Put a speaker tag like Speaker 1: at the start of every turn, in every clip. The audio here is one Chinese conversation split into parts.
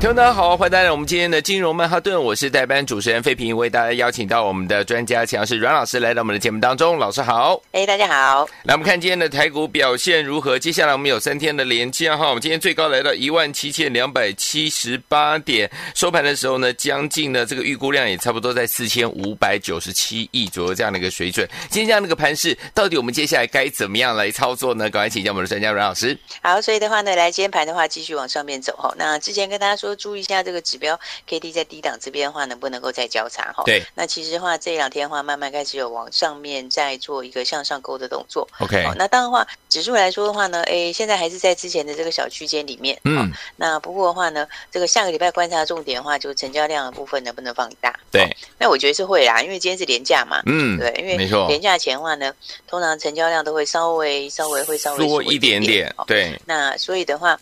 Speaker 1: 听众大家好，欢迎大家来到我们今天的金融曼哈顿，我是代班主持人费平，为大家邀请到我们的专家强势阮老师来到我们的节目当中，老师好。
Speaker 2: 哎，大家好。
Speaker 1: 来，我们看今天的台股表现如何？接下来我们有三天的连假哈，我们今天最高来到一万七千两百七十八点，收盘的时候呢，将近呢这个预估量也差不多在四千五百九十七亿左右这样的一个水准。今天这样的一个盘势，到底我们接下来该怎么样来操作呢？赶快请教我们的专家阮老师。
Speaker 2: 好，所以的话呢，来今天盘的话，继续往上面走哈。那之前跟大家说，注意一下这个指标 K D 在低档这边的话，能不能够再交叉哈？
Speaker 1: 对
Speaker 2: 那其实的话，这两天的话，慢慢开始有往上面在做一个向上勾的动作。
Speaker 1: ，OK，
Speaker 2: 好，那当然的话，指数来说的话呢，诶，现在还是在之前的这个小区间里面。好
Speaker 1: 嗯，
Speaker 2: 那不过的话呢，这个下个礼拜观察重点的话，就是成交量的部分能不能放大？
Speaker 1: 对
Speaker 2: 好那我觉得是会啦，因为今天是廉价嘛。
Speaker 1: 嗯，
Speaker 2: 对，因为
Speaker 1: 没错，
Speaker 2: 廉价前的话呢，通常成交量都会稍微稍微会稍微
Speaker 1: 多
Speaker 2: 缩
Speaker 1: 一点点
Speaker 2: 好，
Speaker 1: 对，
Speaker 2: 哦那所以的话，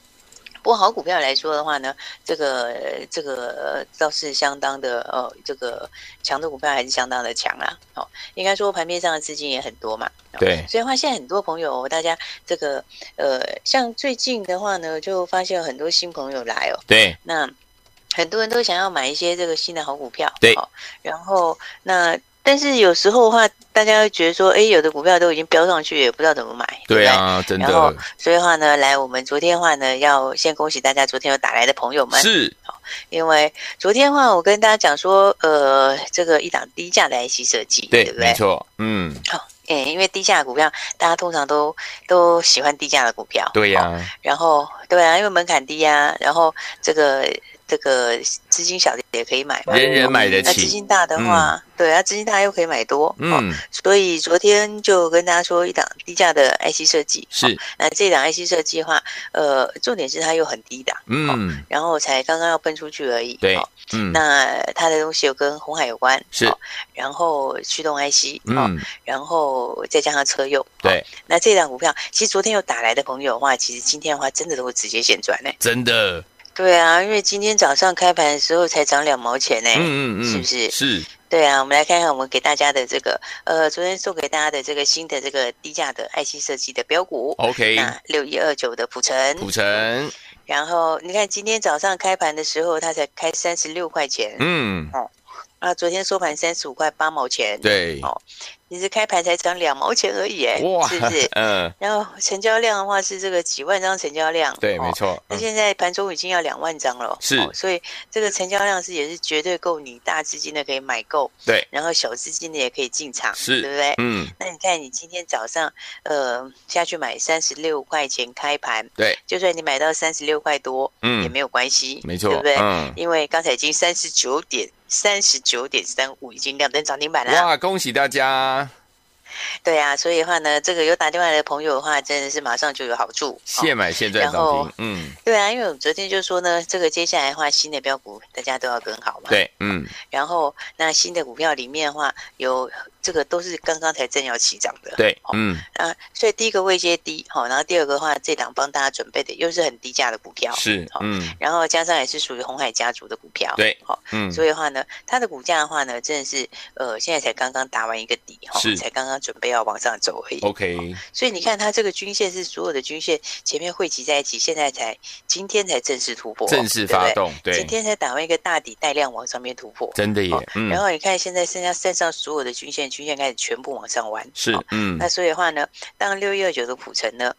Speaker 2: 不过好股票来说的话呢，这个呃这个呃倒是相当的呃，这个强的股票还是相当的强啦。好、应该说盘面上的资金也很多嘛。哦
Speaker 1: 对
Speaker 2: 所以的话，现在很多朋友，大家这个呃，像最近的话呢，就发现有很多新朋友来哦。
Speaker 1: 对，
Speaker 2: 那很多人都想要买一些这个新的好股票，
Speaker 1: 对
Speaker 2: 好然后那。但是有时候的话，大家会觉得说，哎，有的股票都已经飙上去，也不知道怎么买。
Speaker 1: 对
Speaker 2: 不
Speaker 1: 啊，真
Speaker 2: 然后
Speaker 1: 的，
Speaker 2: 所以的话呢，来，我们昨天的话呢，要先恭喜大家昨天有打来的朋友们，
Speaker 1: 是，
Speaker 2: 因为昨天的话，我跟大家讲说，呃，这个一档低价的 IC 设计，
Speaker 1: 对，
Speaker 2: 不
Speaker 1: 没
Speaker 2: 对？
Speaker 1: 错，嗯，
Speaker 2: 哦，哎，因为低价的股票，大家通常都都喜欢低价的股票，
Speaker 1: 对
Speaker 2: 哦
Speaker 1: 呀、
Speaker 2: 然后对啊，因为门槛低啊，然后这个这个资金小的也可以买嘛，
Speaker 1: 人人买得
Speaker 2: 那资
Speaker 1: 起，
Speaker 2: 金大的话，对啊，资金大又可以买多，哦，
Speaker 1: 嗯，
Speaker 2: 所以昨天就跟大家说一档低价的 IC 设计，
Speaker 1: 是，
Speaker 2: 那这档 IC 设计的话，呃，重点是它又很低档，
Speaker 1: 嗯，
Speaker 2: 然后才刚刚要奔出去而已。
Speaker 1: 对
Speaker 2: 哦，
Speaker 1: 嗯，
Speaker 2: 那它的东西有跟红海有关，
Speaker 1: 是
Speaker 2: 哦然后驱动 IC，哦，
Speaker 1: 嗯，
Speaker 2: 然后再加上车用，
Speaker 1: 对
Speaker 2: 哦，那这档股票，其实昨天有打来的朋友的话，其实今天的话真的都会直接现赚呢。
Speaker 1: 真的，
Speaker 2: 对啊，因为今天早上开盘的时候才涨两毛钱呢。
Speaker 1: 嗯嗯嗯，
Speaker 2: 哎是不是
Speaker 1: 是，
Speaker 2: 对啊，我们来看看我们给大家的这个，呃，昨天送给大家的这个新的这个低价的 IC 设计的标股。
Speaker 1: 哦 OK，
Speaker 2: 那六一二九的普成，
Speaker 1: 普城，
Speaker 2: 然后你看今天早上开盘的时候，它才开三十六块钱，
Speaker 1: 嗯，
Speaker 2: 啊，昨天收盘三十五块八毛钱，，
Speaker 1: 对，
Speaker 2: 哦其实开盘才涨两毛钱而已，哎，
Speaker 1: 哇？
Speaker 2: 是不是
Speaker 1: 嗯，
Speaker 2: 然后成交量的话是这个几万张成交量，
Speaker 1: 对，
Speaker 2: 哦
Speaker 1: 没。错，
Speaker 2: 那
Speaker 1: 嗯
Speaker 2: 现在盘中已经要两万张了，哦
Speaker 1: 是
Speaker 2: 所以这个成交量是也是绝对够你大资金的可以买够，
Speaker 1: 对，
Speaker 2: 然后小资金的也可以进场，
Speaker 1: 是
Speaker 2: 对不对？
Speaker 1: 嗯，
Speaker 2: 那你看，你今天早上，呃，下去买三十六块钱开盘，
Speaker 1: 对，
Speaker 2: 就算你买到三十六块多，也
Speaker 1: 嗯，
Speaker 2: 没有关系，
Speaker 1: 没错
Speaker 2: 对不，对？
Speaker 1: 嗯，
Speaker 2: 因为刚才已经三十九点三十九点三五已经亮灯涨停板啦。
Speaker 1: 哇，恭喜大家，
Speaker 2: 对啊，所以的话呢，这个有打电话来的朋友的话，真的是马上就有好处。哦
Speaker 1: 现买现赚
Speaker 2: 然
Speaker 1: 涨
Speaker 2: 后
Speaker 1: 停，嗯，
Speaker 2: 对啊，因为我们昨天就说呢，这个接下来的话，新的标股大家都要跟好嘛。。
Speaker 1: 对，嗯，
Speaker 2: 然后那新的股票里面的话，有这个都是刚刚才正要起涨的。。
Speaker 1: 对，
Speaker 2: 好
Speaker 1: 嗯，
Speaker 2: 啊，所以第一个位阶低，好、然后第二个的话，这档帮大家准备的又是很低价的股票。
Speaker 1: 是，
Speaker 2: 好
Speaker 1: 嗯，
Speaker 2: 哦然后加上也是属于红海家族的股票。
Speaker 1: 对。
Speaker 2: 好、
Speaker 1: 嗯，
Speaker 2: 所以的话呢，它的股价的话呢，真的是呃，现在才刚刚打完一个底哈
Speaker 1: 是，哦
Speaker 2: 才刚刚准备要往上走而已。
Speaker 1: OK，
Speaker 2: 所以你看它这个均线是所有的均线前面汇集在一起，现在才今天才正式突破，
Speaker 1: 正式
Speaker 2: 对不
Speaker 1: 发
Speaker 2: 对。
Speaker 1: 动，对
Speaker 2: 今，天才打完一个大底带量往上面突破，
Speaker 1: 真的耶
Speaker 2: 哦，
Speaker 1: 嗯
Speaker 2: 然，后你看现在剩下站上所有的均线，均线开始全部往上弯。
Speaker 1: 是
Speaker 2: 哦，
Speaker 1: 嗯，
Speaker 2: 那所以的话呢，当六一二九的普成呢，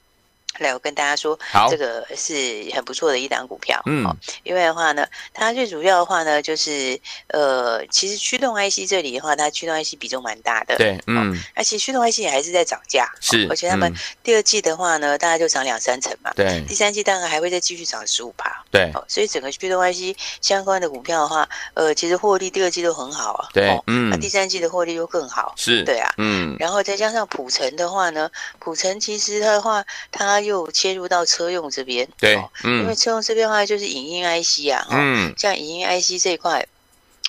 Speaker 2: 来我跟大家说，
Speaker 1: 好
Speaker 2: 这，个是很不错的一档股票，
Speaker 1: 嗯
Speaker 2: 哦，因为的话呢，它最主要的话呢，就是呃，其实驱动 IC 这里的话，它驱动 IC 比重蛮大的，，
Speaker 1: 对，嗯，
Speaker 2: 而且驱动 IC 也还是在涨价，
Speaker 1: 是
Speaker 2: 哦，而且他们
Speaker 1: 嗯
Speaker 2: 第二季的话呢，大概就涨两三成嘛，
Speaker 1: 对
Speaker 2: 第三季大概还会再继续涨十五趴，
Speaker 1: 嗯对
Speaker 2: 哦，所以整个驱动 IC 相关的股票的话，呃，其实获利第二季都很好啊，
Speaker 1: 对
Speaker 2: 哦，那、
Speaker 1: 嗯
Speaker 2: 第，三季的获利又更好，
Speaker 1: 是，
Speaker 2: 对啊，
Speaker 1: 嗯，
Speaker 2: 然后再加上普城的话呢，普城其实的话，它又切入到车用这边，
Speaker 1: 对
Speaker 2: 哦，
Speaker 1: 嗯
Speaker 2: 因为车用这边的话就是影音 IC 啊，哦，
Speaker 1: 嗯，
Speaker 2: 像影音 IC 这一块，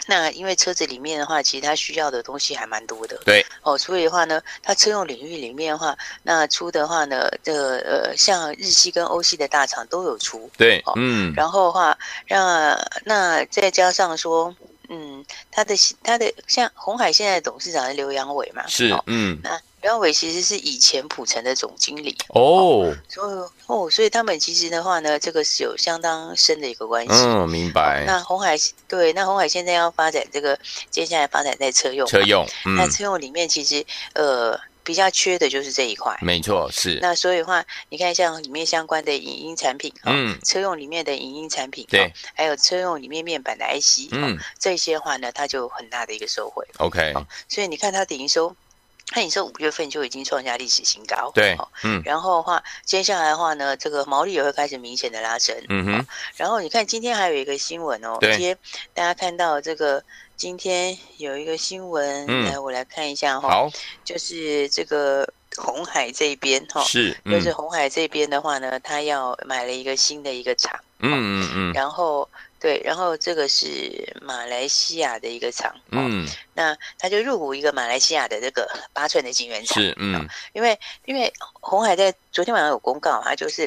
Speaker 2: 那因为车子里面的话，其实它需要的东西还蛮多的。
Speaker 1: 对，
Speaker 2: 哦，所以的话呢，它车用领域里面的话，那出的话呢，这个呃，像日系跟欧系的大厂都有出，
Speaker 1: 对
Speaker 2: 好，
Speaker 1: 嗯，
Speaker 2: 哦然后的话，那那再加上说，嗯，它的它的像红海现在的董事长是刘阳伟嘛，
Speaker 1: 是
Speaker 2: 哦，
Speaker 1: 嗯，
Speaker 2: 那刘阳伟其实是以前普城的总经理，
Speaker 1: 哦，
Speaker 2: 所以哦，所以他们其实的话呢，这个是有相当深的一个关系。
Speaker 1: 嗯，明白，
Speaker 2: 那红海对，那红海现在要发展这个，接下来发展在车用嘛，
Speaker 1: 车用，
Speaker 2: 那
Speaker 1: 嗯，
Speaker 2: 车用里面其实呃比较缺的就是这一块。
Speaker 1: 没错，是，
Speaker 2: 那所以的话，你看像里面相关的影音产品啊、哦
Speaker 1: 嗯
Speaker 2: 车用里面的影音产品，
Speaker 1: 对
Speaker 2: 哦，还有车用里面面板的 IC，、哦、
Speaker 1: 嗯
Speaker 2: 这些的话呢，它就有很大的一个收回。
Speaker 1: ，OK，
Speaker 2: 所以你看它的营收，它营收五月份就已经创下历史新高，
Speaker 1: 对
Speaker 2: 哦，
Speaker 1: 嗯
Speaker 2: 然后的话，接下来的话呢，这个毛利也会开始明显的拉升。
Speaker 1: 嗯哼，
Speaker 2: 然后你看今天还有一个新闻哦，
Speaker 1: 对
Speaker 2: 今天大家看到这个，今天有一个新闻，
Speaker 1: 嗯
Speaker 2: 来我来看一下哈、
Speaker 1: 好，
Speaker 2: 就是这个红海这边哈、
Speaker 1: 是，嗯
Speaker 2: 就是红海这边的话呢，他要买了一个新的一个厂，
Speaker 1: 嗯嗯嗯
Speaker 2: 然后对，然后这个是马来西亚的一个厂，哦，
Speaker 1: 嗯，
Speaker 2: 那他就入股一个马来西亚的这个 八寸的晶圆厂，
Speaker 1: 是，嗯
Speaker 2: 因为因为红海在昨天晚上有公告，它就是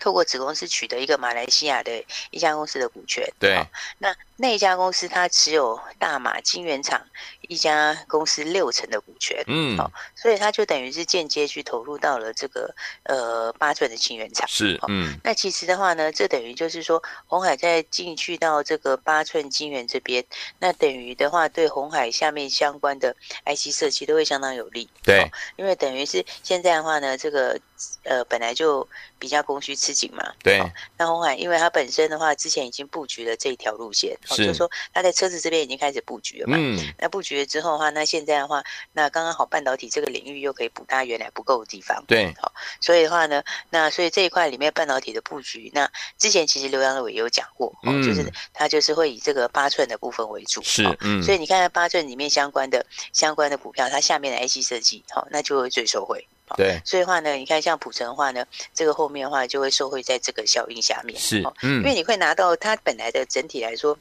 Speaker 2: 透过子公司取得一个马来西亚的一家公司的股权，
Speaker 1: 对
Speaker 2: 哦那那一家公司它持有大马晶圆厂一家公司六成的股权，
Speaker 1: 嗯，
Speaker 2: 好所以它就等于是间接去投入到了这个呃八寸的晶圆厂。
Speaker 1: 是，嗯
Speaker 2: 那其实的话呢，这等于就是说，红海在进去到这个八寸晶圆这边，那等于的话，对红海下面相关的 IC 设计都会相当有利。哦
Speaker 1: 对，
Speaker 2: 因为等于是现在的话呢，这个呃本来就比较供需吃紧嘛。
Speaker 1: 对
Speaker 2: 哦那红海因为它本身的话，之前已经布局了这一条路线，哦、
Speaker 1: 是
Speaker 2: 就是说它在车子这边已经开始布局了嘛。
Speaker 1: 嗯
Speaker 2: 那布局了之后的话，那现在的话，那刚刚好半导体这个领域又可以补它原来不够的地方，
Speaker 1: 对，
Speaker 2: 所以的话呢，那所以这一块里面半导体的布局，那之前其实刘洋伟也有讲过，哦
Speaker 1: 嗯
Speaker 2: 就是它就是会以这个八寸的部分为主，
Speaker 1: 是
Speaker 2: 哦，
Speaker 1: 嗯
Speaker 2: 所以你看看八寸里面相关的相关的股票，它下面的 IC 设计，好、那就会最受惠。好
Speaker 1: 对
Speaker 2: 所以的话呢，你看像普城的话呢，这个后面的话就会受惠在这个效应下面，
Speaker 1: 是
Speaker 2: 哦，
Speaker 1: 嗯
Speaker 2: 因为你会拿到它本来的整体来说，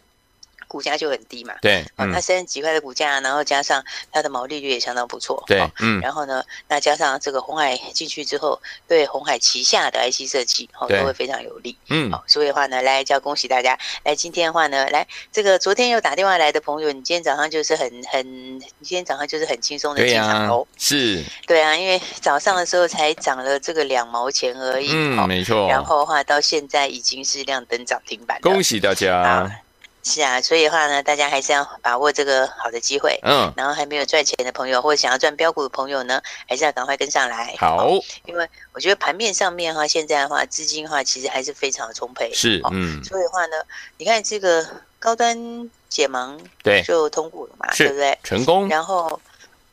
Speaker 2: 股价就很低嘛，
Speaker 1: 对，
Speaker 2: 啊，
Speaker 1: 嗯
Speaker 2: 它三十几块的股价，然后加上它的毛利率也相当不错，
Speaker 1: 对
Speaker 2: 哦，
Speaker 1: 嗯
Speaker 2: 然后呢，那加上这个红海进去之后，对红海旗下的 IC 设计哦
Speaker 1: 对
Speaker 2: 都会非常有利。
Speaker 1: 嗯
Speaker 2: 好、所以的话呢，来就要恭喜大家。来，今天的话呢，来这个昨天有打电话来的朋友，你今天早上就是很很，你今天早上就是很轻松的
Speaker 1: 对
Speaker 2: 进
Speaker 1: 呀
Speaker 2: 场哦。，
Speaker 1: 是，
Speaker 2: 对啊，因为早上的时候才涨了这个两毛钱而已，
Speaker 1: 嗯，没错，
Speaker 2: 哦然后的话到现在已经是亮灯涨停板了。
Speaker 1: 恭喜大家
Speaker 2: 啊，是啊，所以的话呢，大家还是要把握这个好的机会。
Speaker 1: 嗯，
Speaker 2: 然后还没有赚钱的朋友，或者想要赚标股的朋友呢，还是要赶快跟上来。哦
Speaker 1: 好，
Speaker 2: 因为我觉得盘面上面的话，现在的话资金的话，其实还是非常的充沛。
Speaker 1: 是，
Speaker 2: 哦
Speaker 1: 嗯，
Speaker 2: 所以的话呢，你看这个高端解盲
Speaker 1: 对，
Speaker 2: 就通过了嘛，
Speaker 1: 是
Speaker 2: 对不对？
Speaker 1: 成功，
Speaker 2: 然后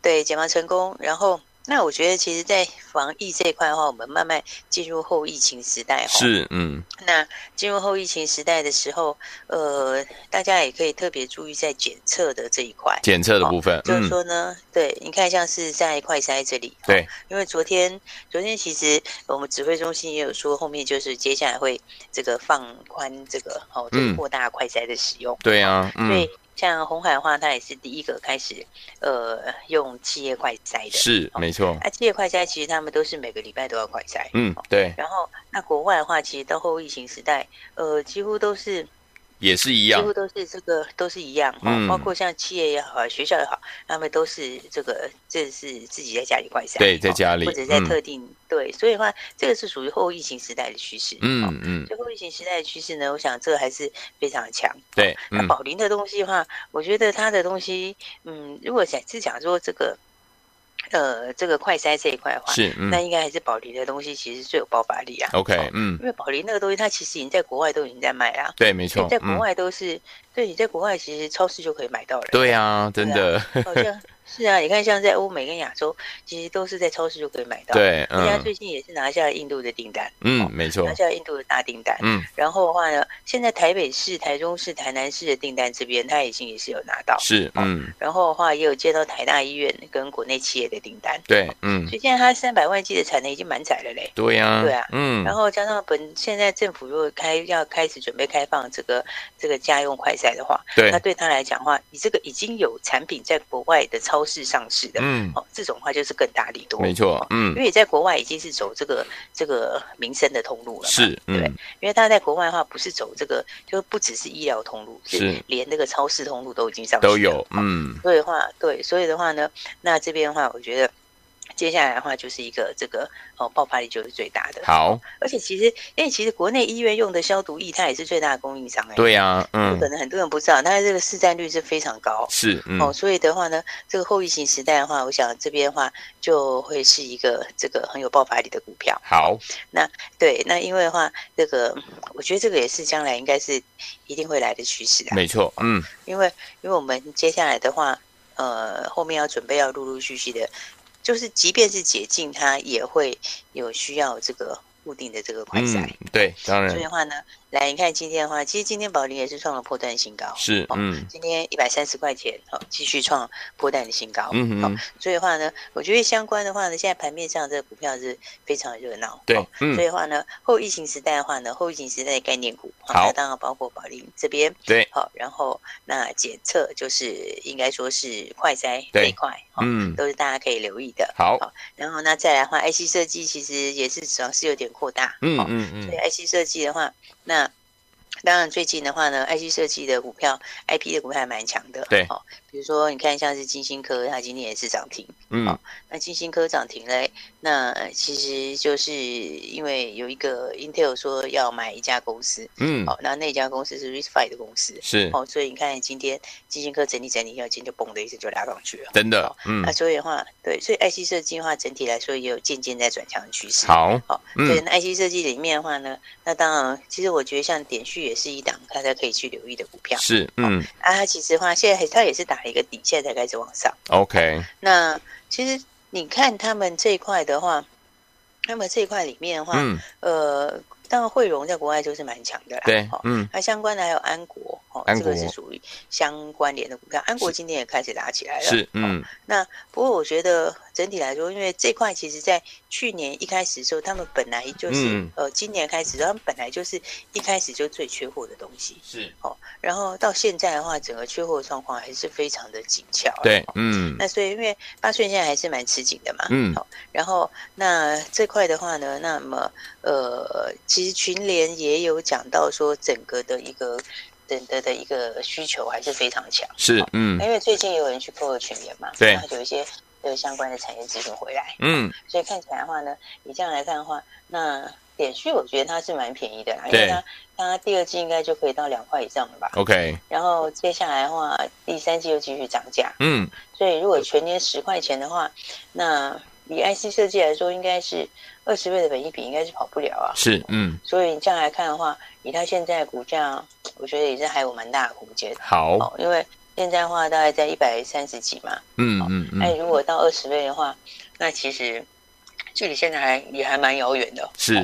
Speaker 2: 对解盲成功，然后那我觉得其实，在防疫这一块的话，我们慢慢进入后疫情时代哦。
Speaker 1: 是，嗯，
Speaker 2: 那进入后疫情时代的时候，呃，大家也可以特别注意在检测的这一块。
Speaker 1: 检测的部分，
Speaker 2: 哦就是
Speaker 1: 嗯，
Speaker 2: 说呢，对，你看像是在快筛这里，
Speaker 1: 对，
Speaker 2: 因为昨天昨天其实我们指挥中心也有说，后面就是接下来会这个放宽这个哦，就是
Speaker 1: 嗯
Speaker 2: 扩大快筛的使用，
Speaker 1: 对啊，
Speaker 2: 所
Speaker 1: 嗯
Speaker 2: 以，像红海的话，它也是第一个开始呃用企业快筛的，
Speaker 1: 是，没错，
Speaker 2: 啊，企业快筛其实他们都是每个礼拜都要快筛，
Speaker 1: 嗯，对，
Speaker 2: 然后那国外的话，其实到后疫情时代，呃，几乎都是
Speaker 1: 也是一
Speaker 2: 几
Speaker 1: 样
Speaker 2: 乎，都是这个都是一样哈、
Speaker 1: 嗯
Speaker 2: 包括像企业也好啊，学校也好，他们都是这个这是自己在家里快筛，
Speaker 1: 对在
Speaker 2: 哦
Speaker 1: 家里
Speaker 2: 或者在
Speaker 1: 嗯
Speaker 2: 特定、对，所以的话，这个是属于后疫情时代的趋势，哦。
Speaker 1: 嗯嗯，
Speaker 2: 这后疫情时代的趋势呢，我想这个还是非常强。
Speaker 1: 对，
Speaker 2: 那
Speaker 1: 嗯，
Speaker 2: 宝林的东西的话，我觉得它的东西，嗯，如果想是讲说这个，呃，这个快筛这一块的话，
Speaker 1: 是，嗯
Speaker 2: 那应该还是宝林的东西其实最有爆发力啊。
Speaker 1: ，OK，嗯，
Speaker 2: 因为宝林那个东西，它其实已经在国外都已经在卖啊啦。
Speaker 1: 对，没
Speaker 2: 所以
Speaker 1: 错
Speaker 2: 在，国
Speaker 1: 嗯，
Speaker 2: 外都是，对，你在国外其实超市就可以买到了。
Speaker 1: 对
Speaker 2: 哦
Speaker 1: 啊，真的，
Speaker 2: 好像是啊，你看像在欧美跟亚洲，其实都是在超市就可以买到。，
Speaker 1: 对，
Speaker 2: 人家
Speaker 1: 嗯
Speaker 2: 最近也是拿下了印度的订单，
Speaker 1: 嗯，没错
Speaker 2: 拿，下了印度的大哦订单。
Speaker 1: 嗯，
Speaker 2: 然后的话呢，现在台北市、台中市、台南市的订单这边，它已经也是有拿到。
Speaker 1: 是，嗯，
Speaker 2: 然后的话，也有接到台大医院跟国内企业的订单。
Speaker 1: 对，嗯
Speaker 2: 所，以现在它三百万剂的产能已经满载了嘞。
Speaker 1: 对呀，
Speaker 2: 哦对啊
Speaker 1: 嗯
Speaker 2: 然，后加上本现在政府如果开要开始准备开放这个这个家用快筛在的话，
Speaker 1: 对
Speaker 2: 那，对他来讲的话，你这个已经有产品在国外的超市上市的，
Speaker 1: 嗯，
Speaker 2: 哦，这种话就是更大力度。
Speaker 1: 没错，嗯
Speaker 2: 因，为在国外已经是走这个这个民生的通路了嘛，
Speaker 1: 是，
Speaker 2: 对不对
Speaker 1: 嗯，
Speaker 2: 因为他在国外的话，不是走这个，就不只是医疗通路，
Speaker 1: 是
Speaker 2: 连那个超市通路都已经上市了
Speaker 1: 都有，嗯，
Speaker 2: 所以的话，对，所以的话呢，那这边的话，我觉得接下来的话就是一个这个哦，爆发力就是最大的。
Speaker 1: 好，
Speaker 2: 而且其实，因为其实国内医院用的消毒液，它也是最大的供应商哎、
Speaker 1: 对呀，嗯
Speaker 2: 可，能很多人不知道，它的这个市占率是非常高。
Speaker 1: 是，嗯，
Speaker 2: 哦，所以的话呢，这个后疫情时代的话，我想这边的话就会是一个这个很有爆发力的股票。
Speaker 1: 好，
Speaker 2: 对，那因为的话，这个我觉得这个也是将来应该是一定会来的趋势啊。
Speaker 1: 没错，嗯，
Speaker 2: 因为因为我们接下来的话，呃，后面要准备要陆陆续续的，就是即便是解禁，它也会有需要这个固定的这个快筛。
Speaker 1: 嗯，对，当然
Speaker 2: 所以的话呢，来你看今天的话，其实今天宝林也是创了破断新高，
Speaker 1: 是，
Speaker 2: 哦
Speaker 1: 嗯，
Speaker 2: 今天一百三十块钱，好、哦，继续创破断的新高。
Speaker 1: 嗯
Speaker 2: 好
Speaker 1: 嗯，
Speaker 2: 所以的话呢，我觉得相关的话呢，现在盘面上这个股票是非常热闹。
Speaker 1: 对
Speaker 2: 哦，所
Speaker 1: 嗯，
Speaker 2: 以的话呢，后疫情时代的话呢，后疫情时代的概念股，哦
Speaker 1: 好
Speaker 2: 那当然包括宝林这边，
Speaker 1: 对，
Speaker 2: 好、然后那检测就是应该说是快筛
Speaker 1: 对
Speaker 2: 这一块，哦
Speaker 1: 嗯，
Speaker 2: 都是大家可以留意的。
Speaker 1: 好，
Speaker 2: 然后那再来的话，IC 设计其实也是主要是有点扩大，
Speaker 1: 嗯
Speaker 2: 哦
Speaker 1: 嗯嗯
Speaker 2: 所以，IC 设计的话，那当然最近的话呢，IC 设计的股票、IP 的股票还蛮强的，
Speaker 1: 对
Speaker 2: 哦，比如说你看像是金星科，它今天也是涨停，
Speaker 1: 嗯，
Speaker 2: 那金星科涨停嘞，那呃其实就是因为有一个 Intel 说要买一家公司，
Speaker 1: 嗯，
Speaker 2: 哦，那那家公司是 RISC-V 的公司，
Speaker 1: 是，
Speaker 2: 哦，所以你看今天基金科整理整理，要今天就嘣的一声就拉上去了。
Speaker 1: 真的，嗯
Speaker 2: 那、，所以的话，对，所以 IC 设计的话，整体来说也有渐渐在转强的趋势。，
Speaker 1: 好，
Speaker 2: 好、
Speaker 1: 嗯
Speaker 2: 对，那 IC 设计里面的话呢，那当然，其实我觉得像点序也是一档大家可以去留意的股票
Speaker 1: 是，嗯
Speaker 2: 啊。它其实的话，现在它也是打了一个底，现在才开始往上。
Speaker 1: ，OK，
Speaker 2: 那其实你看他们这一块的话，他们这一块里面的话，
Speaker 1: 嗯，
Speaker 2: 呃，当然汇融在国外就是蛮强的啦。
Speaker 1: 对
Speaker 2: 哦，
Speaker 1: 嗯，
Speaker 2: 那相关的还有安国，哦，
Speaker 1: 安
Speaker 2: 这
Speaker 1: 国
Speaker 2: 个是属于相关联的股票。安国今天也开始拉起来了。
Speaker 1: 是，
Speaker 2: 哦。
Speaker 1: 嗯，
Speaker 2: 不过我觉得整体来说，因为这块其实在去年一开始的时候，他们本来就是、
Speaker 1: 嗯
Speaker 2: 呃，今年开始，他们本来就是一开始就最缺货的东西。
Speaker 1: 是，
Speaker 2: 然后到现在的话，整个缺货状况还是非常的紧俏。啊
Speaker 1: 对，嗯，
Speaker 2: 那所以因为八寸现在还是蛮吃紧的嘛，
Speaker 1: 嗯
Speaker 2: 好、然后那这块的话呢，那么呃，其实群联也有讲到说，整个的一个整个的一个需求还是非常强，
Speaker 1: 是，嗯
Speaker 2: 因为最近有人去购了群联嘛，
Speaker 1: 对
Speaker 2: 然后有一些有相关的产业资讯回来，
Speaker 1: 嗯，
Speaker 2: 所以看起来的话呢，你这样来看的话，那点序我觉得它是蛮便宜的啦，因
Speaker 1: 对嗯
Speaker 2: 为它它第二季应该就可以到两块以上了吧，
Speaker 1: OK，
Speaker 2: 然后接下来的话，第三季又继续涨价，
Speaker 1: 嗯，
Speaker 2: 所以如果全年十块钱的话，那以 IC 设计来说，应该是二十倍的本益比，应该是跑不了啊。
Speaker 1: 是，嗯，
Speaker 2: 所以这样来看的话，以它现在的股价，我觉得也是还有蛮大的空间
Speaker 1: 好，
Speaker 2: 哦。因为现在的话大概在一百三十几嘛，
Speaker 1: 嗯嗯
Speaker 2: 那、
Speaker 1: 嗯，
Speaker 2: 如果到二十倍的话，那其实距离现在还也还蛮遥远的。哦
Speaker 1: 是，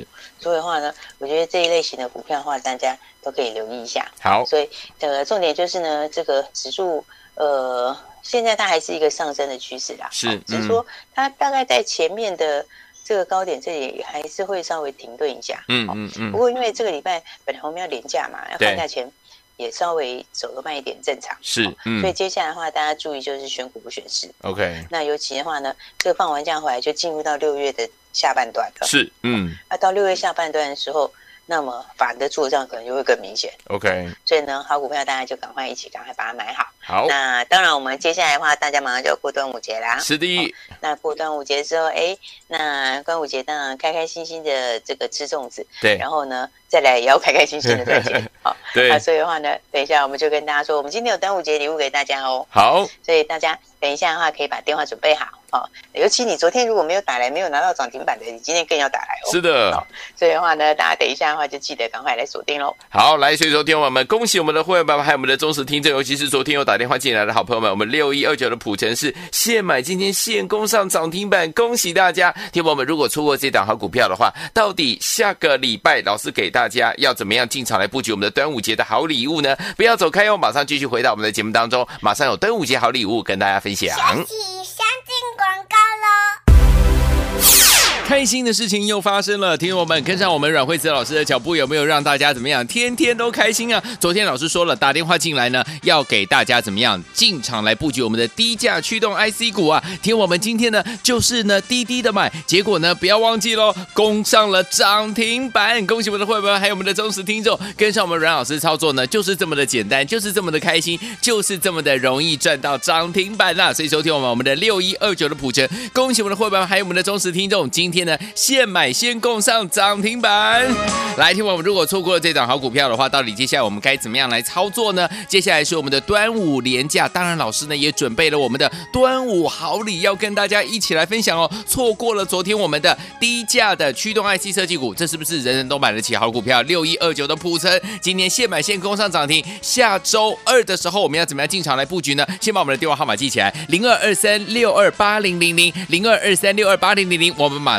Speaker 2: 所以的话呢，我觉得这一类型的股票的话，大家都可以留意一下。
Speaker 1: 好，
Speaker 2: 所以呃，重点就是呢，这个指数呃，现在它还是一个上升的趋势啦，
Speaker 1: 是
Speaker 2: 哦只
Speaker 1: 嗯
Speaker 2: 是说它大概在前面的这个高点这里还是会稍微停顿一下。
Speaker 1: 嗯
Speaker 2: 哦
Speaker 1: 嗯
Speaker 2: 不
Speaker 1: 嗯，
Speaker 2: 过因为这个礼拜本来我们要廉价嘛，要
Speaker 1: 对
Speaker 2: 放假前也稍微走得慢一点，正常。
Speaker 1: 是
Speaker 2: 哦，所以
Speaker 1: 嗯
Speaker 2: 接下来的话，大家注意就是选股不选市。
Speaker 1: ，OK，
Speaker 2: 那尤其的话呢，这个放完假回来就进入到六月的下半段了。
Speaker 1: 是，嗯
Speaker 2: 那到六月下半段的时候，那么法人的做账可能就会更明显。
Speaker 1: ，OK，
Speaker 2: 所以呢，好股票大家就赶快一起赶快把它买好。
Speaker 1: 好，
Speaker 2: 那当然，我们接下来的话，大家马上就要过端午节啦。
Speaker 1: 是的，
Speaker 2: 那过端午节之后，哎，那端午节当然开开心心的这个吃粽子，
Speaker 1: 对
Speaker 2: 然后呢，再来也要开开心心的 赚钱。好，那
Speaker 1: 对，
Speaker 2: 所以的话呢，等一下我们就跟大家说，我们今天有端午节礼物给大家哦。
Speaker 1: 好，
Speaker 2: 所以大家等一下的话，可以把电话准备好哦。尤其你昨天如果没有打来，没有拿到涨停板的，你今天更要打来哦。
Speaker 1: 是的。
Speaker 2: 所以的话呢，大家等一下的话，就记得赶快来锁定喽。
Speaker 1: 好，来，所以说，听我们恭喜我们的会员爸爸，还有我们的忠实听众，尤其是昨天有打电话进来的好朋友们，我们六一二九的普城市现买，今天现攻上涨停板，恭喜大家！听我们如果错过这档好股票的话，到底下个礼拜老师给大家要怎么样进场来布局我们的端午节的好礼物呢？不要走开哦，马上继续回到我们的节目当中，马上有端午节好礼物跟大家分享。
Speaker 3: 休息，先进广告喽。
Speaker 1: 开心的事情又发生了。听众们跟上我们阮慧慈老师的脚步，有没有让大家怎么样天天都开心啊？昨天老师说了，打电话进来呢，要给大家怎么样进场来布局我们的低价驱动 IC 股啊。听我们今天呢，就是呢低低的买，结果呢不要忘记喽，攻上了涨停板，恭喜我们的会员还有我们的忠实听众，跟上我们阮老师操作呢，就是这么的简单，就是这么的开心，就是这么的容易赚到涨停板啦。所以收听我们我们的六一二九的普成，恭喜我们的会员还有我们的忠实听众，今天呢现买先供上涨停板。来，听我们如果错过了这档好股票的话，到底接下来我们该怎么样来操作呢？接下来是我们的端午连假，当然老师呢也准备了我们的端午好礼要跟大家一起来分享哦。错过了昨天我们的低价的驱动 IC 设计股，这是不是人人都买得起好股票？六一二九的普成，今天现买现攻上涨停。下周二的时候我们要怎么样进场来布局呢？先把我们的电话号码记起来：零二二三六二八零零零零二二三六二八零零零。我们马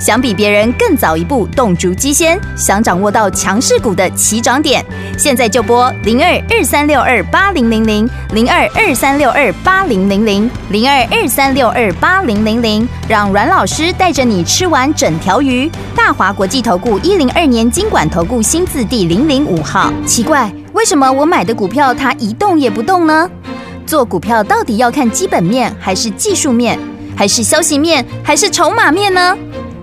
Speaker 3: 想比别人更早一步动足机先，想掌握到强势股的起涨点，现在就拨零二二三六二八零零零零二二三六二八零零零零二二三六二八零零零，让阮老师带着你吃完整条鱼。大华国际投顾一零二年经管投顾新字第零零五号。奇怪。为什么我买的股票它一动也不动呢？做股票到底要看基本面，还是技术面，还是消息面，还是筹码面呢？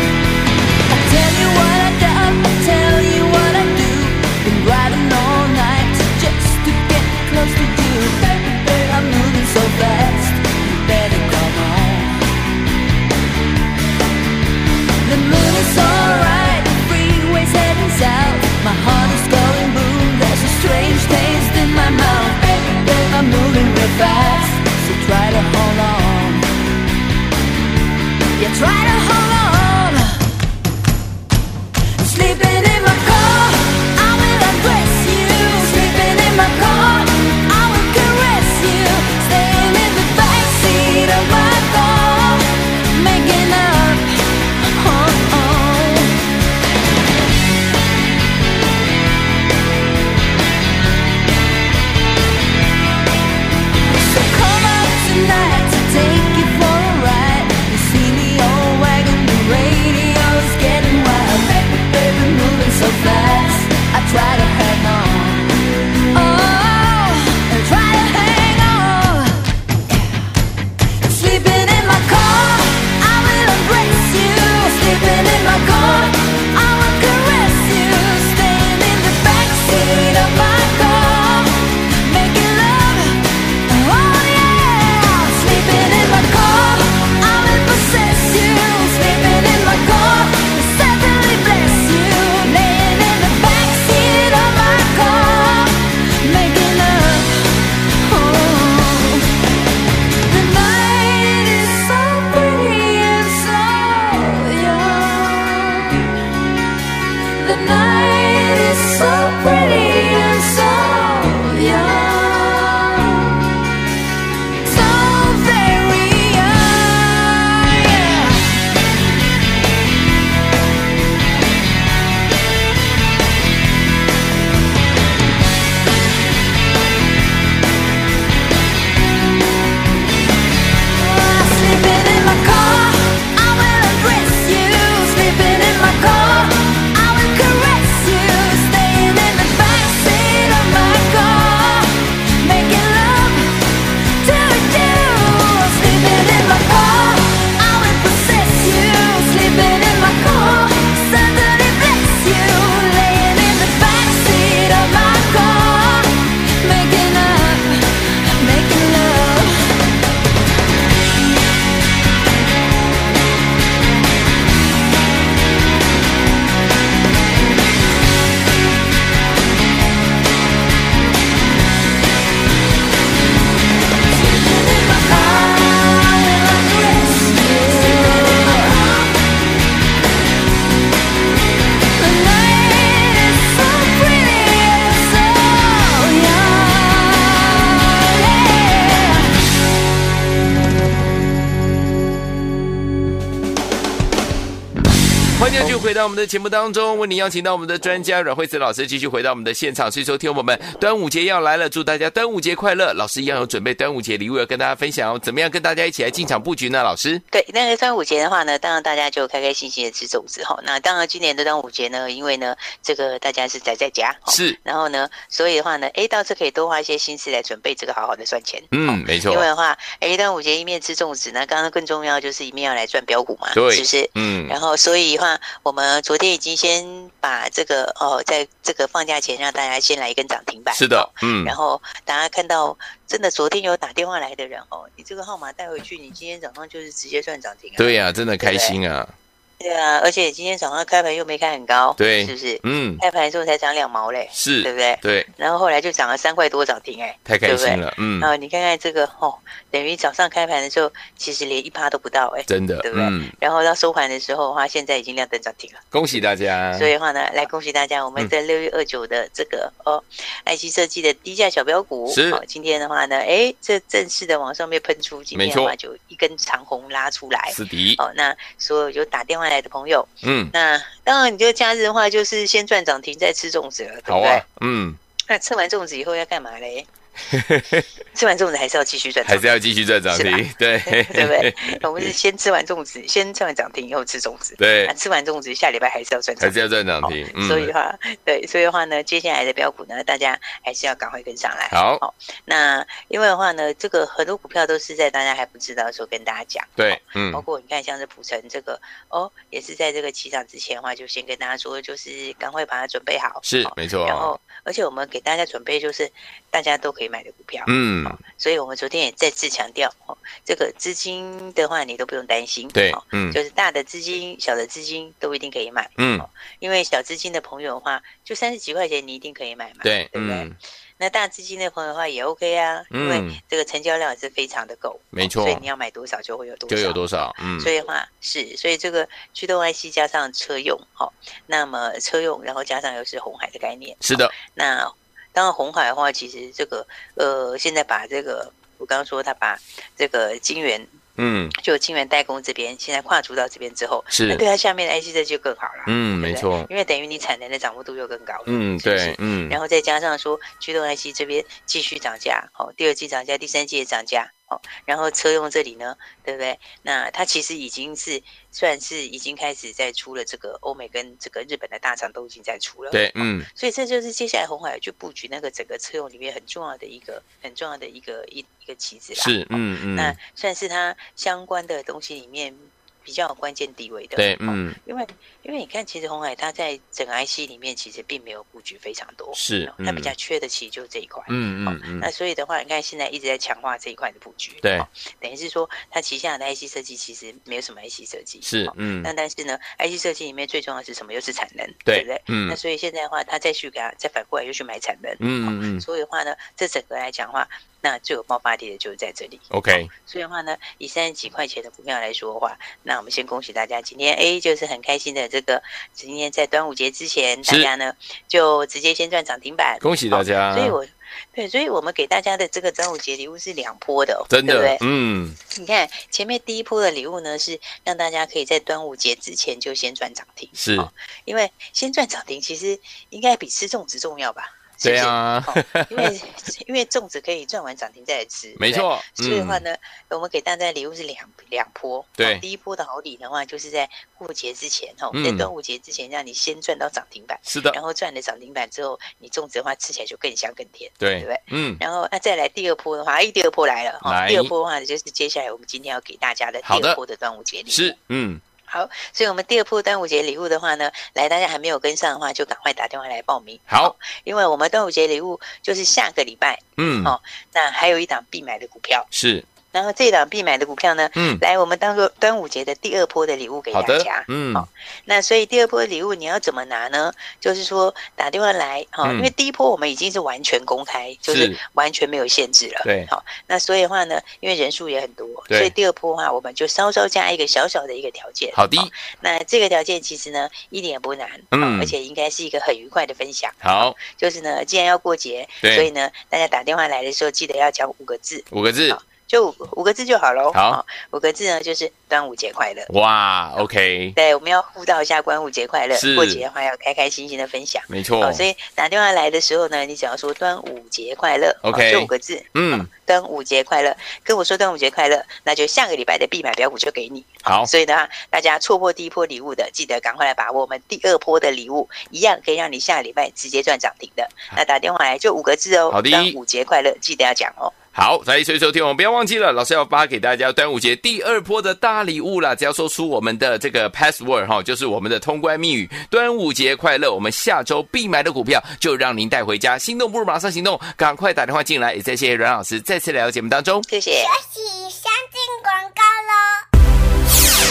Speaker 4: Tell you what I got, I tell you what I do. Been riding all night just to get close to you. Baby, baby, I'm moving so fast. You better come on. The moon is alright, the freeway's heading south. My heart is going boom, there's a strange taste in my mouth. Baby, baby, I'm moving real fast, so try to hold on. Yeah, try to hold on. Sleeping in my car, I will embrace you. Sleeping in my car, I will caress you. Staying in the backseat of my car, making up. Oh, oh. So come out tonight to take you for a ride. You see me all wagging Oh, Oh, Oh.
Speaker 1: 欢迎继续回到我们的节目当中，为您邀请到我们的专家阮慧慈老师继续回到我们的现场。所以，说，听我们端午节要来了，祝大家端午节快乐！老师一样有准备端午节礼物要跟大家分享哦，怎么样跟大家一起来进场布局呢？老师，
Speaker 2: 对，那个端午节的话呢，当然大家就开开心心的吃粽子哈。那当然，今年的端午节呢，因为呢，这个大家是宅在家，齁
Speaker 1: 是
Speaker 2: 然后呢，所以的话呢，哎，倒是可以多花一些心思来准备这个好好的赚钱。
Speaker 1: 嗯，没错
Speaker 2: 因，为的话，哎，端午节一面吃粽子，那刚刚更重要就是一面要来赚标股嘛，
Speaker 1: 对
Speaker 2: 是不是？
Speaker 1: 嗯，
Speaker 2: 然后，所以的话，我们昨天已经先把这个哦，在这个放假前让大家先来一根涨停板，
Speaker 1: 是的，嗯，
Speaker 2: 然后大家看到真的昨天有打电话来的人哦，你这个号码带回去，你今天早上就是直接算涨停啊。
Speaker 1: 对呀、真的开心啊，
Speaker 2: 对啊，而且今天早上开盘又没开很高，
Speaker 1: 对
Speaker 2: 是不是？
Speaker 1: 嗯，
Speaker 2: 开盘的时候才涨两毛嘞，
Speaker 1: 是
Speaker 2: 对，不对？
Speaker 1: 对，
Speaker 2: 然后后来就涨了三块多涨停，哎，
Speaker 1: 太开心
Speaker 2: 对不对。
Speaker 1: 了，嗯
Speaker 2: 然，后你看看这个哦，等于早上开盘的时候其实连一趴都不到，哎。
Speaker 1: 真的
Speaker 2: 对，不对
Speaker 1: 嗯，
Speaker 2: 然后到收盘的时候的话，现在已经亮灯涨停了。
Speaker 1: 恭喜大家，
Speaker 2: 所以的话呢，来恭喜大家，我
Speaker 1: 嗯
Speaker 2: 们在六月二九的这个、哦，爱奇设计的低价小标股，
Speaker 1: 是
Speaker 2: 哦，今天的话呢，哎，这正式的往上面喷出，今天
Speaker 1: 没
Speaker 2: 的
Speaker 1: 错
Speaker 2: 话就一根长红拉出来。
Speaker 1: 是迪，
Speaker 2: 哦，那所有有打电话来的朋友，
Speaker 1: 嗯，
Speaker 2: 那当然你就假日的话，就是先赚涨停再吃粽子了，对
Speaker 1: 好
Speaker 2: 不对
Speaker 1: 啊？，嗯，
Speaker 2: 那吃完粽子以后要干嘛 嘞？吃完粽子还是要继续赚
Speaker 1: 还
Speaker 2: 涨
Speaker 1: 是
Speaker 2: 停，
Speaker 1: 要继续再涨停
Speaker 2: 是，啊
Speaker 1: 对，
Speaker 2: 对不 对？我们是先吃完粽子，先吃完涨停以后吃粽子，
Speaker 1: 对
Speaker 2: 那，吃完粽子下礼拜还是要赚涨
Speaker 1: 还
Speaker 2: 停
Speaker 1: 是。要再涨停，嗯，
Speaker 2: 所以的话， 对，所以的话呢，接下来的标股呢，大家还是要赶快跟上来。
Speaker 1: 好
Speaker 2: 那因为的话呢，这个很多股票都是在大家还不知道的时候跟大家讲。
Speaker 1: 对
Speaker 2: 哦，
Speaker 1: 嗯
Speaker 2: 包，括你看像是普城这个哦，也是在这个起涨之前的话，就先跟大家说，就是赶快把它准备好。
Speaker 1: 是
Speaker 2: 哦
Speaker 1: 没错
Speaker 2: 然后，而且我们给大家准备就是大家都可以买的股票。
Speaker 1: 嗯，
Speaker 2: 所以我们昨天也再次强调，哦，这个资金的话，你都不用担心。
Speaker 1: 对
Speaker 2: 哦，
Speaker 1: 嗯
Speaker 2: 就是大的资金、小的资金都一定可以买。
Speaker 1: 嗯
Speaker 2: 哦，因为小资金的朋友的话，就三十几块钱你一定可以买嘛，
Speaker 1: 对，
Speaker 2: 对不对？
Speaker 1: 嗯，
Speaker 2: 那大资金的朋友的话也 OK 啊，因
Speaker 1: 嗯
Speaker 2: 为这个成交量也是非常的够，
Speaker 1: 没
Speaker 2: 哦
Speaker 1: 错
Speaker 2: 所以你要买多少就会有多少，
Speaker 1: 就有多少，嗯，
Speaker 2: 所以的话是，所以这个驱动 IC 加上车用，好、哦，那么车用，然后加上又是红海的概念，
Speaker 1: 是的，
Speaker 2: 那当然，红海的话，其实这个呃，现在把这个我刚刚说他把这个晶圆，
Speaker 1: 嗯，
Speaker 2: 就晶圆代工这边，现在跨足到这边之后，
Speaker 1: 是
Speaker 2: 那对它下面的 IC 这就更好了。
Speaker 1: 嗯，
Speaker 2: 对
Speaker 1: 没
Speaker 2: 不对
Speaker 1: 错，
Speaker 2: 因为等于你产能的掌握度又更高了。
Speaker 1: 嗯，
Speaker 2: 是不
Speaker 1: 对
Speaker 2: 是，
Speaker 1: 嗯，
Speaker 2: 然后再加上说驱动 IC 这边继续涨价，哦，第二季涨价，第三季也涨价，哦，然后车用这里呢，对不对？那它其实已经是算是已经开始在出了这个欧美跟这个日本的大厂都已经在出了，哦
Speaker 1: 对，嗯，
Speaker 2: 所以这就是接下来红海去布局那个整个车用里面很重要的一个很重要的一个一一个棋子啦。哦
Speaker 1: 是，嗯
Speaker 2: 那
Speaker 1: 嗯，
Speaker 2: 算是它相关的东西里面比较有关键地位的。
Speaker 1: 对
Speaker 2: 哦，
Speaker 1: 嗯，
Speaker 2: 因为因为你看，其实红海它在整个 IC 里面其实并没有布局非常多，
Speaker 1: 是
Speaker 2: 哦它比
Speaker 1: 嗯
Speaker 2: 较缺的其实就这一块。
Speaker 1: 嗯
Speaker 2: 哦
Speaker 1: 嗯嗯
Speaker 2: 那，所以的话，你看现在一直在强化这一块的布局，
Speaker 1: 对
Speaker 2: 哦，等于是说它旗下的 IC 设计其实没有什么 IC 设计，
Speaker 1: 是
Speaker 2: 哦，
Speaker 1: 嗯
Speaker 2: 那，但是呢，IC 设计里面最重要的是什么？又是产能，
Speaker 1: 对
Speaker 2: 不对？
Speaker 1: 嗯
Speaker 2: 那所以现在的话，他再去给他再反过来又去买产能，哦
Speaker 1: 嗯嗯嗯
Speaker 2: 所以的话呢，这整个来讲的话，那最有爆发力的就是在这里。
Speaker 1: ，OK，
Speaker 2: 所以的话呢，以三十几块钱的股票来说的话，那我们先恭喜大家，今天 A 就是很开心的这个，今天在端午节之前，大
Speaker 1: 是
Speaker 2: 家呢就直接先赚涨停板，
Speaker 1: 恭喜大家
Speaker 2: 哦所以我。对，所以我们给大家的这个端午节礼物是两波的哦，
Speaker 1: 真
Speaker 2: 对不对
Speaker 1: 的，嗯，
Speaker 2: 你看前面第一波的礼物呢，是让大家可以在端午节之前就先赚涨停，
Speaker 1: 是，
Speaker 2: 因为先赚涨停其实应该比吃粽子重要吧？是不
Speaker 1: 对
Speaker 2: 是，
Speaker 1: 啊，
Speaker 2: 哦、因为 因为粽子可以赚完涨停再来吃，
Speaker 1: 没
Speaker 2: 对不对。
Speaker 1: 错，
Speaker 2: 所以的话
Speaker 1: 嗯，
Speaker 2: 呢，我们给大家的礼物是两两波。
Speaker 1: 对
Speaker 2: 哦第一波的好礼的话，就是在过节之前哦，
Speaker 1: 嗯呃
Speaker 2: 在端午节之前，让你先赚到涨停板，
Speaker 1: 是的
Speaker 2: 然，后赚了涨停板之后，你粽子的话吃起来就更香更甜。
Speaker 1: 对
Speaker 2: 对不对，
Speaker 1: 嗯，
Speaker 2: 然后那、啊再来第二波的话，哎，第二波来
Speaker 1: 来
Speaker 2: 了哈。第二波的话呢，就是接下来我们今天要给大家的
Speaker 1: 好
Speaker 2: 第
Speaker 1: 的
Speaker 2: 二波的端午节礼物。
Speaker 1: 是，嗯，
Speaker 2: 好，所以我们第二波端午节礼物的话呢，来大家还没有跟上的话，就赶快打电话来报名，
Speaker 1: 好，
Speaker 2: 因为我们端午节礼物就是下个礼拜，
Speaker 1: 嗯，
Speaker 2: 哦那还有一档必买的股票，
Speaker 1: 是，
Speaker 2: 然后这档必买的股票呢，
Speaker 1: 嗯，
Speaker 2: 来我们当做端午节的第二波的礼物给
Speaker 1: 好
Speaker 2: 大
Speaker 1: 的
Speaker 2: 家，。
Speaker 1: 嗯，
Speaker 2: 那所以第二波礼物你要怎么拿呢？就是说打电话来哈、
Speaker 1: 嗯
Speaker 2: 因为第一波我们已经是完全公开，就是
Speaker 1: 是
Speaker 2: 完全没有限制了。
Speaker 1: 对
Speaker 2: 好、那所以的话呢，因为人数也很多，
Speaker 1: 对
Speaker 2: 所以第二波的话，我们就稍稍加一个小小的一个条件。
Speaker 1: 好的
Speaker 2: 哦那这个条件其实呢一点也不难，
Speaker 1: 嗯
Speaker 2: 哦而且应该是一个很愉快的分享。
Speaker 1: 好，
Speaker 2: 就是呢，既然要过节，
Speaker 1: 对
Speaker 2: 所以呢，大家打电话来的时候记得要讲五个字，
Speaker 1: 五个字，
Speaker 2: 就五五个字就好喽。
Speaker 1: 好
Speaker 2: 哦五个字呢就是端午节快乐。
Speaker 1: 哇，OK，
Speaker 2: 对，我们要互道一下端午节快乐
Speaker 1: 是，
Speaker 2: 过节的话要开开心心的分享。
Speaker 1: 没错
Speaker 2: 哦，，所以打电话来的时候呢，你只要说“端午节快乐”，哦
Speaker 1: OK
Speaker 2: 就五个字，
Speaker 1: 嗯，
Speaker 2: 端午节快乐，跟我说端午节快乐，那就下个礼拜的必买标股就给你。
Speaker 1: 好，
Speaker 2: 所以呢，大家错过第一波礼物的，记得赶快来把握我们第二波的礼物，一样可以让你下礼拜直接赚涨停的。那打电话来就五个字哦，
Speaker 1: 啊好的
Speaker 2: 端午节快乐，记得要讲哦。
Speaker 1: 好，来，所以收听，我们不要忘记了，老师要发给大家端午节第二波的大礼物啦！只要说出我们的这个 password 哈，就是我们的通关密语“端午节快乐”，我们下周必买的股票就让您带回家。心动不如马上行动，赶快打电话进来！也再谢谢阮老师再次来到节目当中。
Speaker 2: 谢谢。
Speaker 5: 起相进广告喽。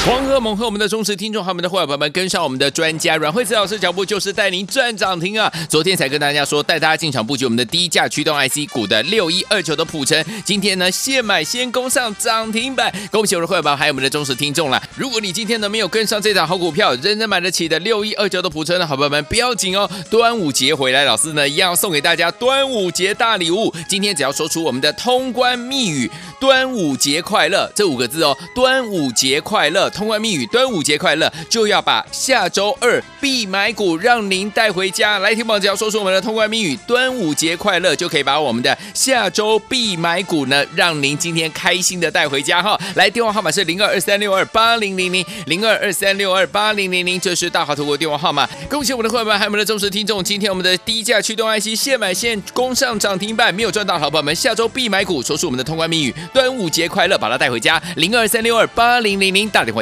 Speaker 1: 黄鹤猛和我们的忠实听众还有我们的伙伴们跟上我们的专家阮慧慈老师脚步，就是带您赚涨停啊！昨天才跟大家说，带大家进场布局我们的低价驱动 IC 股的六一二九的普成，今天呢现买先攻上涨停板，恭喜我们的伙伴还有我们的忠实听众啦！如果你今天呢没有跟上这档好股票，仍然买得起的六一二九的普成的好朋友们，不要紧哦，端午节回来，老师呢一样送给大家端午节大礼物，今天只要说出我们的通关密语“端午节快乐”这五个字哦，端午节快乐，通关密语“端午节快乐”，就要把下周二必买股让您带回家。来，听宝只要说出我们的通关密语“端午节快乐”，就可以把我们的下周必买股呢，让您今天开心的带回家哈。来，电话号码是零二二三六二八零零零零二二三六二八零零零，这是大华投国电话号码。恭喜我们的伙伴们，还有我们的忠实听众，今天我们的低价驱动 IC 现买现攻上涨停板，没有赚到的好朋友们，下周必买股，说出我们的通关密语“端午节快乐”，把它带回家。零二三六二八零零零，打电话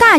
Speaker 3: 大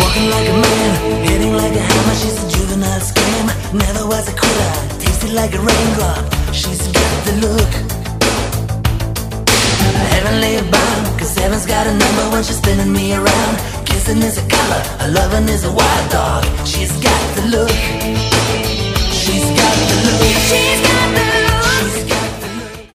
Speaker 6: Walking like a man, hitting like a hammer, she's a juvenile scam. Never was a quitter, tasted like a raindrop. She's got the look. Heavenly bound, cause heaven's got a number when she's spinning me around. Kissing is a color, her loving is a wild dog. She's got the look. She's got the look.
Speaker 4: She's got the